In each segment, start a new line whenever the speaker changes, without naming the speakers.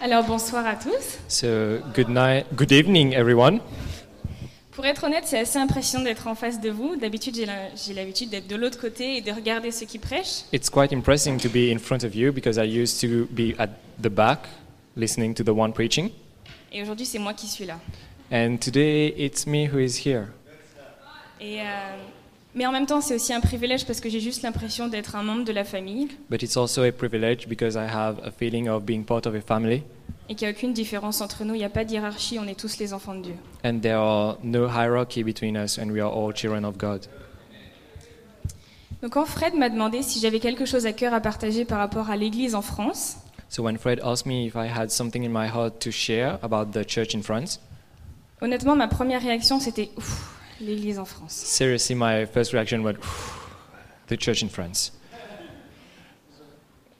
Alors bonsoir à tous.
So good night, good evening, everyone.
Pour être honnête, c'est assez impressionnant d'être en face de vous. D'habitude, j'ai la- j'ai l'habitude d'être de l'autre côté et de regarder ceux qui prêchent.
It's quite impressive to be in front of you because I used to be at the back listening to the one preaching,
Et aujourd'hui, c'est moi qui suis là.
and today it's me who is here.
Et, euh, mais en même temps, c'est aussi un privilège parce que j'ai juste l'impression d'être un membre de la famille
But it's also a privilege because I have a feeling of being part of a family,
et qu'il n'y a aucune différence entre nous. Il n'y a pas de hiérarchie, on est tous les enfants de Dieu.
and there are no hierarchy between us, and we are all children of God.
Donc quand Fred m'a demandé si j'avais quelque chose à cœur à partager par rapport à l'Église en France,
So when Fred asked me if I had something in my heart to share about the church in France,
honnêtement, ma première réaction, c'était « Ouf, l'Église en France ».
seriously, my first reaction was, "Phew, "The church in France."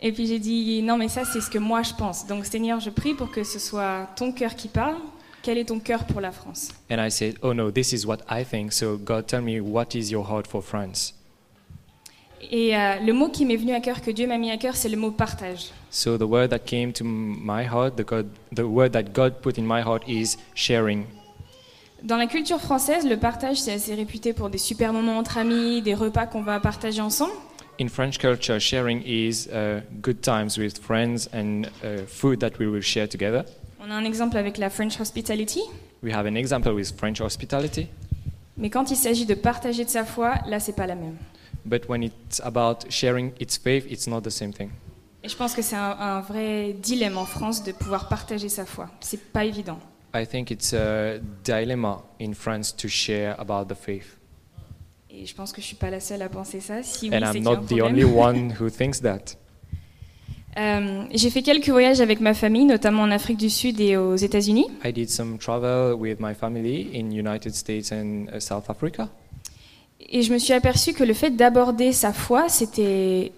Et puis j'ai dit, non, mais ça, c'est ce que moi je pense. Donc Seigneur, je prie pour que ce soit ton cœur qui parle. Quel est ton cœur pour la France
And I said, Oh no, this is what I think. So God, tell me what is your heart for France?
Et euh, le mot qui m'est venu à cœur, que Dieu m'a mis à cœur, c'est le mot partage.
So the word that came to m- my heart, the, God, the word that God put in my heart is sharing.
Dans la culture française, le partage, c'est assez réputé pour des super moments entre amis, des repas qu'on va partager ensemble.
In French culture, sharing is uh, good times with friends and uh, food that we will share together.
On a un exemple avec la French Hospitality.
We have an example with French hospitality,
Mais quand il s'agit de partager de sa foi, là, c'est pas la même.
but when it's about sharing its faith, it's not the same thing.
Et je pense que c'est un, un vrai dilemme en France de pouvoir partager sa foi. C'est pas évident.
I think it's a dilemma in France to share about the faith.
Et je pense que je suis pas la seule à penser ça. Si oui,
and
c'est
I'm
qu'il y a un
not the
problème.
only one who thinks that.
Euh, j'ai fait quelques voyages avec ma famille, notamment en Afrique du Sud et aux États-Unis.
I did some travel with my family in United States and uh, South Africa,
Et je me suis aperçue que le fait d'aborder sa foi, c'était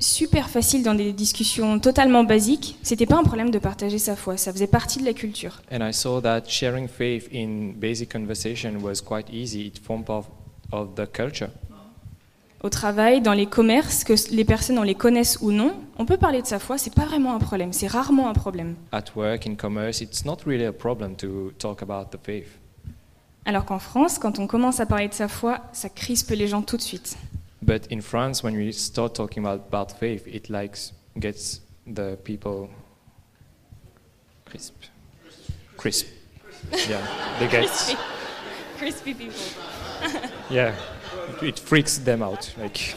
super facile dans des discussions totalement basiques. C'était pas un problème de partager sa foi, ça faisait partie de la culture.
and I saw that sharing faith in basic conversation was quite easy. It formed part of the culture.
Au travail, dans les commerces, que les personnes on les connaisse ou non, on peut parler de sa foi, c'est pas vraiment un problème, c'est rarement un problème.
At work, in commerce, it's not really a problem to talk about the faith.
Alors qu'en France, quand on commence à parler de sa foi, ça crispe les gens tout de suite.
But in France, when we start talking about, about faith, it likes gets the people crisp, crisp. Yeah, they get.
Crispy people.
Yeah, it freaks them out. Like.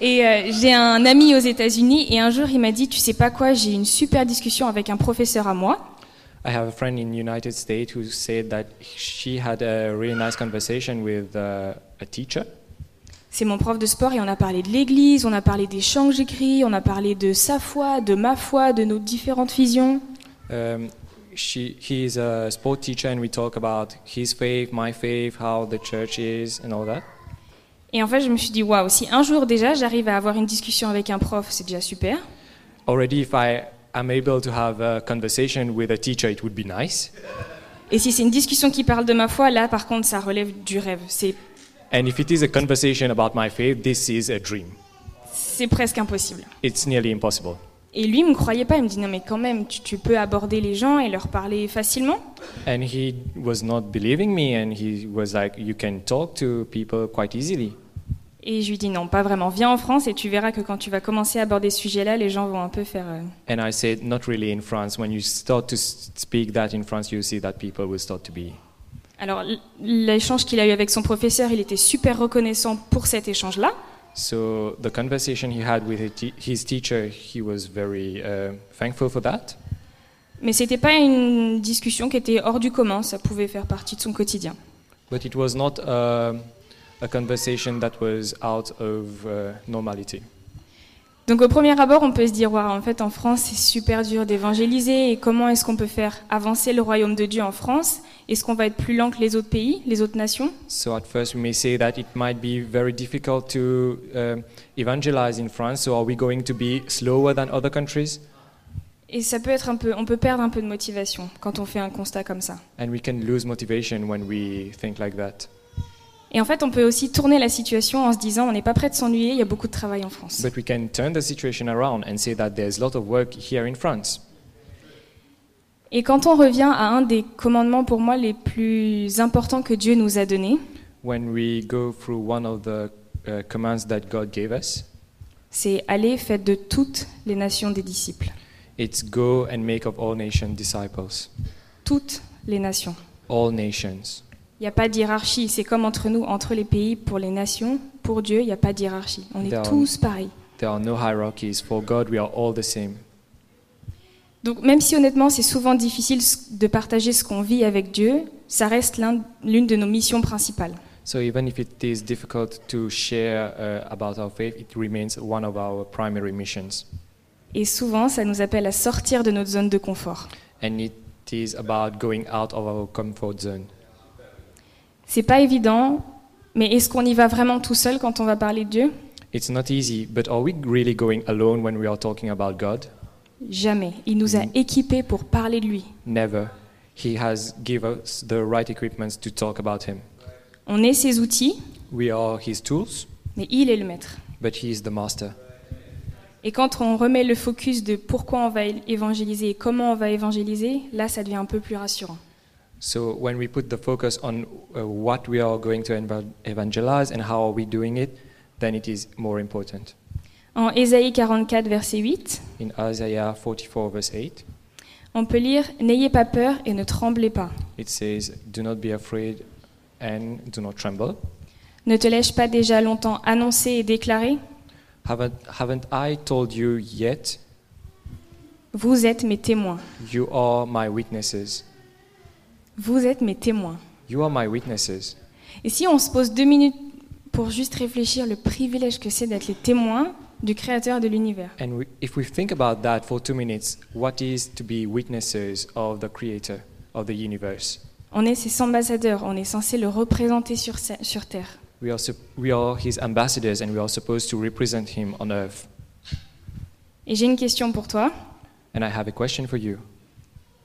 Et euh, j'ai un ami aux États-Unis et un jour il m'a dit tu sais pas quoi j'ai eu une super discussion avec un professeur à moi
I have a friend in United States who said that she had a really nice conversation with uh, a teacher.
c'est mon prof de sport et on a parlé de l'église on a parlé des chants que j'écris on a parlé de sa foi de ma foi de nos différentes visions
Um, she, he is a sport teacher, and we talk about his faith, my faith, how the church is, and all that.
et en fait je me suis dit waouh si un jour déjà j'arrive à avoir une discussion avec un prof c'est déjà super
Already, if I am able to have a conversation with a teacher, it would be nice.
et si c'est une discussion qui parle de ma foi là par contre ça relève du rêve c'est
And if it is a conversation about my faith, this is a dream.
c'est presque impossible
It's nearly impossible.
et lui il me croyait pas il me dit non mais quand même tu- tu peux aborder les gens et leur parler facilement
And he was not believing me, and he was like, You can talk to people quite easily.
Et je lui dis non, pas vraiment. Viens en France et tu verras que quand tu vas commencer à aborder ce sujet-là, les gens vont un peu faire. euh,
And I said, not really in France. When you start to s- speak that in France, you see that people will start to be.
Alors l- l'échange qu'il a eu avec son professeur, il était super reconnaissant pour cet échange-là.
So the conversation he had with his te- his teacher, he was very uh, thankful for that.
Mais c'était pas une discussion qui était hors du commun. Ça pouvait faire partie de son quotidien.
But it was not uh, a conversation that was out of uh, normality.
Donc au premier abord, on peut se dire waouh, en fait, en France, c'est super dur d'évangéliser. Et comment est-ce qu'on peut faire avancer le royaume de Dieu en France Est-ce qu'on va être plus lent que les autres pays, les autres nations
So at first we may say that it might be very difficult to um, evangelize in France. So are we going to be slower than other countries?
Et ça peut être un peu, on peut perdre un peu de motivation quand on fait un constat comme ça.
And we can lose motivation when we think like that.
Et en fait, on peut aussi tourner la situation en se disant on n'est pas prêt de s'ennuyer, il y a beaucoup de travail en France.
But we can turn the situation around and say that there's a lot of work here in France.
Et quand on revient à un des commandements pour moi les plus importants que Dieu nous a donnés,
When we go through one of the uh, commands that God gave us,
c'est aller faites de toutes les nations des disciples.
it's go and make of all nations disciples.
Toutes les nations.
All nations.
Il n'y a pas d'hierarchie, c'est comme entre nous, entre les pays, pour les nations, pour Dieu, il n'y a pas d'hierarchie. On est
Down.
tous pareils.
There are no hierarchies. For God, we are all the same.
Donc même si honnêtement c'est souvent difficile s- de partager ce qu'on vit avec Dieu, ça reste l'un- l'une de nos missions principales.
So even if it is difficult to share uh, about our faith, it remains one of our primary missions.
Et souvent ça nous appelle à sortir de notre zone de confort.
And it is about going out of our comfort zone.
C'est pas évident, mais est-ce qu'on y va vraiment tout seul quand on va parler de Dieu
It's not easy, but are we really going alone when we are talking about God?
Jamais. Il nous a équipés pour parler de lui.
Never. He has given us the right equipments to talk about Him.
On est ses outils,
We are His tools,
mais il est le maître.
but He is the master.
Et quand on remet le focus de pourquoi on va é- évangéliser et comment on va évangéliser, là ça devient un peu plus rassurant.
So when we put the focus on uh, what we are going to evan- evangelize and how are we doing it, then it is more important.
En Ésaïe 44, verset 8,
In Isaiah 44 verse 8,
on peut lire N'ayez pas peur et ne tremblez pas.
it says, "Do not be afraid and do not tremble.
Ne te l'ai-je pas déjà longtemps annoncé et déclaré
Haven't haven't I told you yet?
Vous êtes mes témoins.
You are my witnesses.
Vous êtes mes témoins.
You are my witnesses."
Et si on se pose deux minutes pour juste réfléchir le privilège que c'est d'être les témoins du Créateur de l'univers
And we, if we think about that for 2 minutes, what is to be witnesses of the creator of the universe?
On est ses ambassadeurs, on est censé le représenter sur, sa- sur Terre.
We are, sup- we are his ambassadors and we are supposed to represent him on earth.
Et j'ai une question pour toi.
And I have a question for you.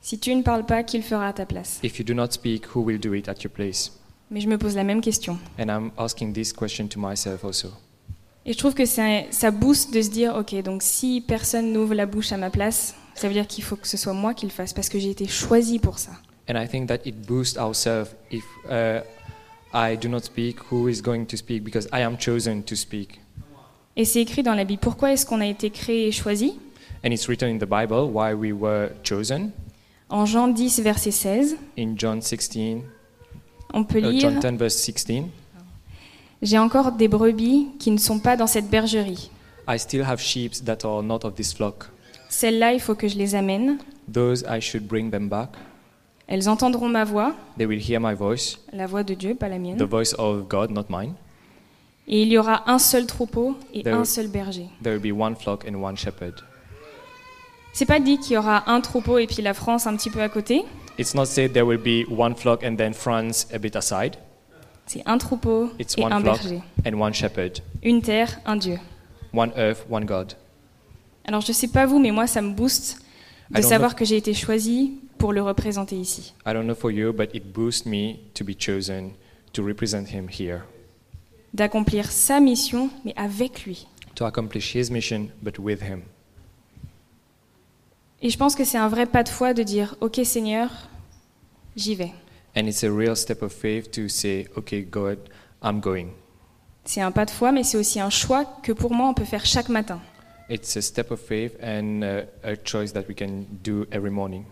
Si tu ne parles pas, qui le fera à ta place
If you do not speak, who will do it at your place?
Mais je me pose la même question.
And I'm asking this question to myself also.
Et je trouve que ça, ça booste de se dire, ok, donc si personne n'ouvre la bouche à ma place, ça veut dire qu'il faut que ce soit moi qui le fasse, parce que j'ai été choisi pour ça.
And I think that it boosts ourselves. If uh, I do not speak, who is going to speak? Because I am chosen to speak.
Et c'est écrit dans la Bible. Pourquoi est-ce qu'on a été créé et choisi
And it's written in the Bible why we were chosen.
En Jean 10, verset 16,
In John 16,
on peut
uh, John
lire
10 verse 16,
J'ai encore des brebis qui ne sont pas dans cette bergerie.
I still have sheep that are not of this flock.
Celles-là, il faut que je les amène.
Those I should bring them back.
Elles entendront ma voix,
They will hear my voice,
la voix de Dieu, pas la
the
mienne.
voice of God, not mine.
Et il y aura un seul troupeau et
There-
un seul berger.
There will be one flock and one shepherd.
C'est pas dit qu'il y aura un troupeau et puis la France un petit peu à côté.
It's not said there will be one flock and then France a bit aside.
C'est un troupeau
It's
et
one
un
flock
berger.
and one shepherd,
Une terre, un Dieu.
one earth, one God.
Alors je sais pas vous, mais moi ça me booste de
I don't
savoir que j'ai été choisi pour le représenter ici.
I don't know for you, but it boosts me to be chosen to represent Him here,
D'accomplir sa mission, mais avec lui.
to accomplish His mission, but with Him.
Et je pense que c'est un vrai pas de foi de dire Ok Seigneur, j'y vais.
And it's a real step of faith to say, okay, God, I'm going.
C'est un pas de foi, mais c'est aussi un choix que pour moi on peut faire chaque matin.
It's a step of faith and uh, a choice that we can do every morning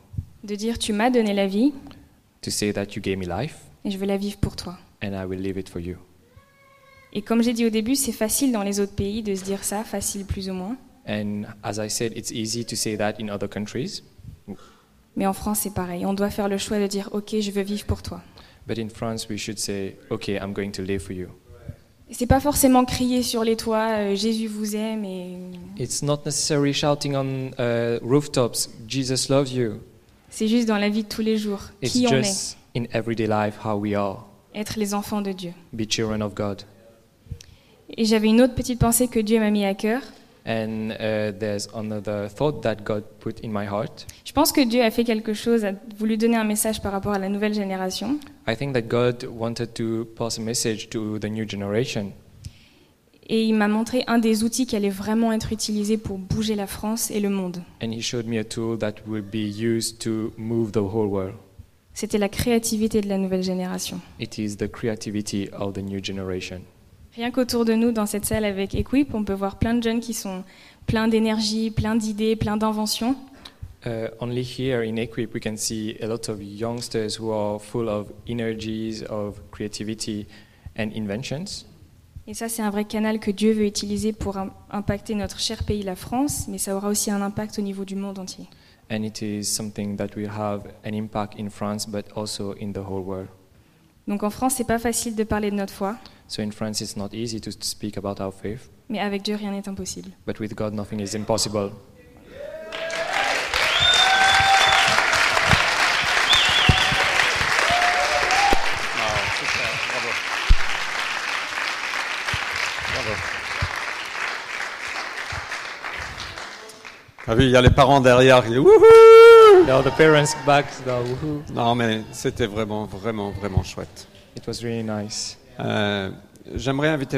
De dire Tu m'as donné la vie
to say that you gave me life
et je veux la vivre pour toi.
and I will live it for you.
Et comme j'ai dit au début, c'est facile dans les autres pays de se dire ça, facile plus ou moins.
And as I said, it's easy to say that in other countries,
Mais en France, c'est pareil. On doit faire le choix de dire Ok, je veux vivre pour toi.
but in France, we should say, okay, I'm going to live for you.
Et C'est pas forcément crier sur les toits euh, Jésus vous aime et
It's not necessarily shouting on uh, rooftops, Jesus loves you.
c'est juste dans la vie de tous les jours
It's
qui on est,
just in everyday life how we are,
être les enfants de Dieu.
be children of God.
Et j'avais une autre petite pensée que Dieu m'a mis à cœur.
And uh, there's another thought that God put in my heart.
Je pense que Dieu a fait quelque chose, a voulu donner un message par rapport à la nouvelle génération.
I think that God wanted to pass a message to the new generation.
Et il m'a montré un des outils qui allait vraiment être utilisé pour bouger la France et le monde.
And he showed me a tool that would be used to move the whole world.
C'était la créativité de la nouvelle génération.
It is the creativity of the new generation.
Rien qu'autour de nous, dans cette salle avec Equip, on peut voir plein de jeunes qui sont pleins d'énergie, pleins d'idées, pleins d'inventions.
Uh, only here in Equip we can see a lot of youngsters who are full of energies, of creativity and inventions.
Et ça, c'est un vrai canal que Dieu veut utiliser pour im- impacter notre cher pays, la France, mais ça aura aussi un impact au niveau du monde entier.
And it is something that will have an impact in France but also in the whole world.
Donc en France, c'est pas facile de parler de notre foi,
So in France it's not easy to speak about our faith,
mais avec Dieu, rien n'est impossible.
but with God nothing is impossible.
Non, super, bravo. Bravo. Ah oui, il y a les parents derrière qui disent Wouhou
Now the parents back, the woohoo.
Non, mais c'était vraiment, vraiment, vraiment chouette.
It was really nice.
Euh, J'aimerais inviter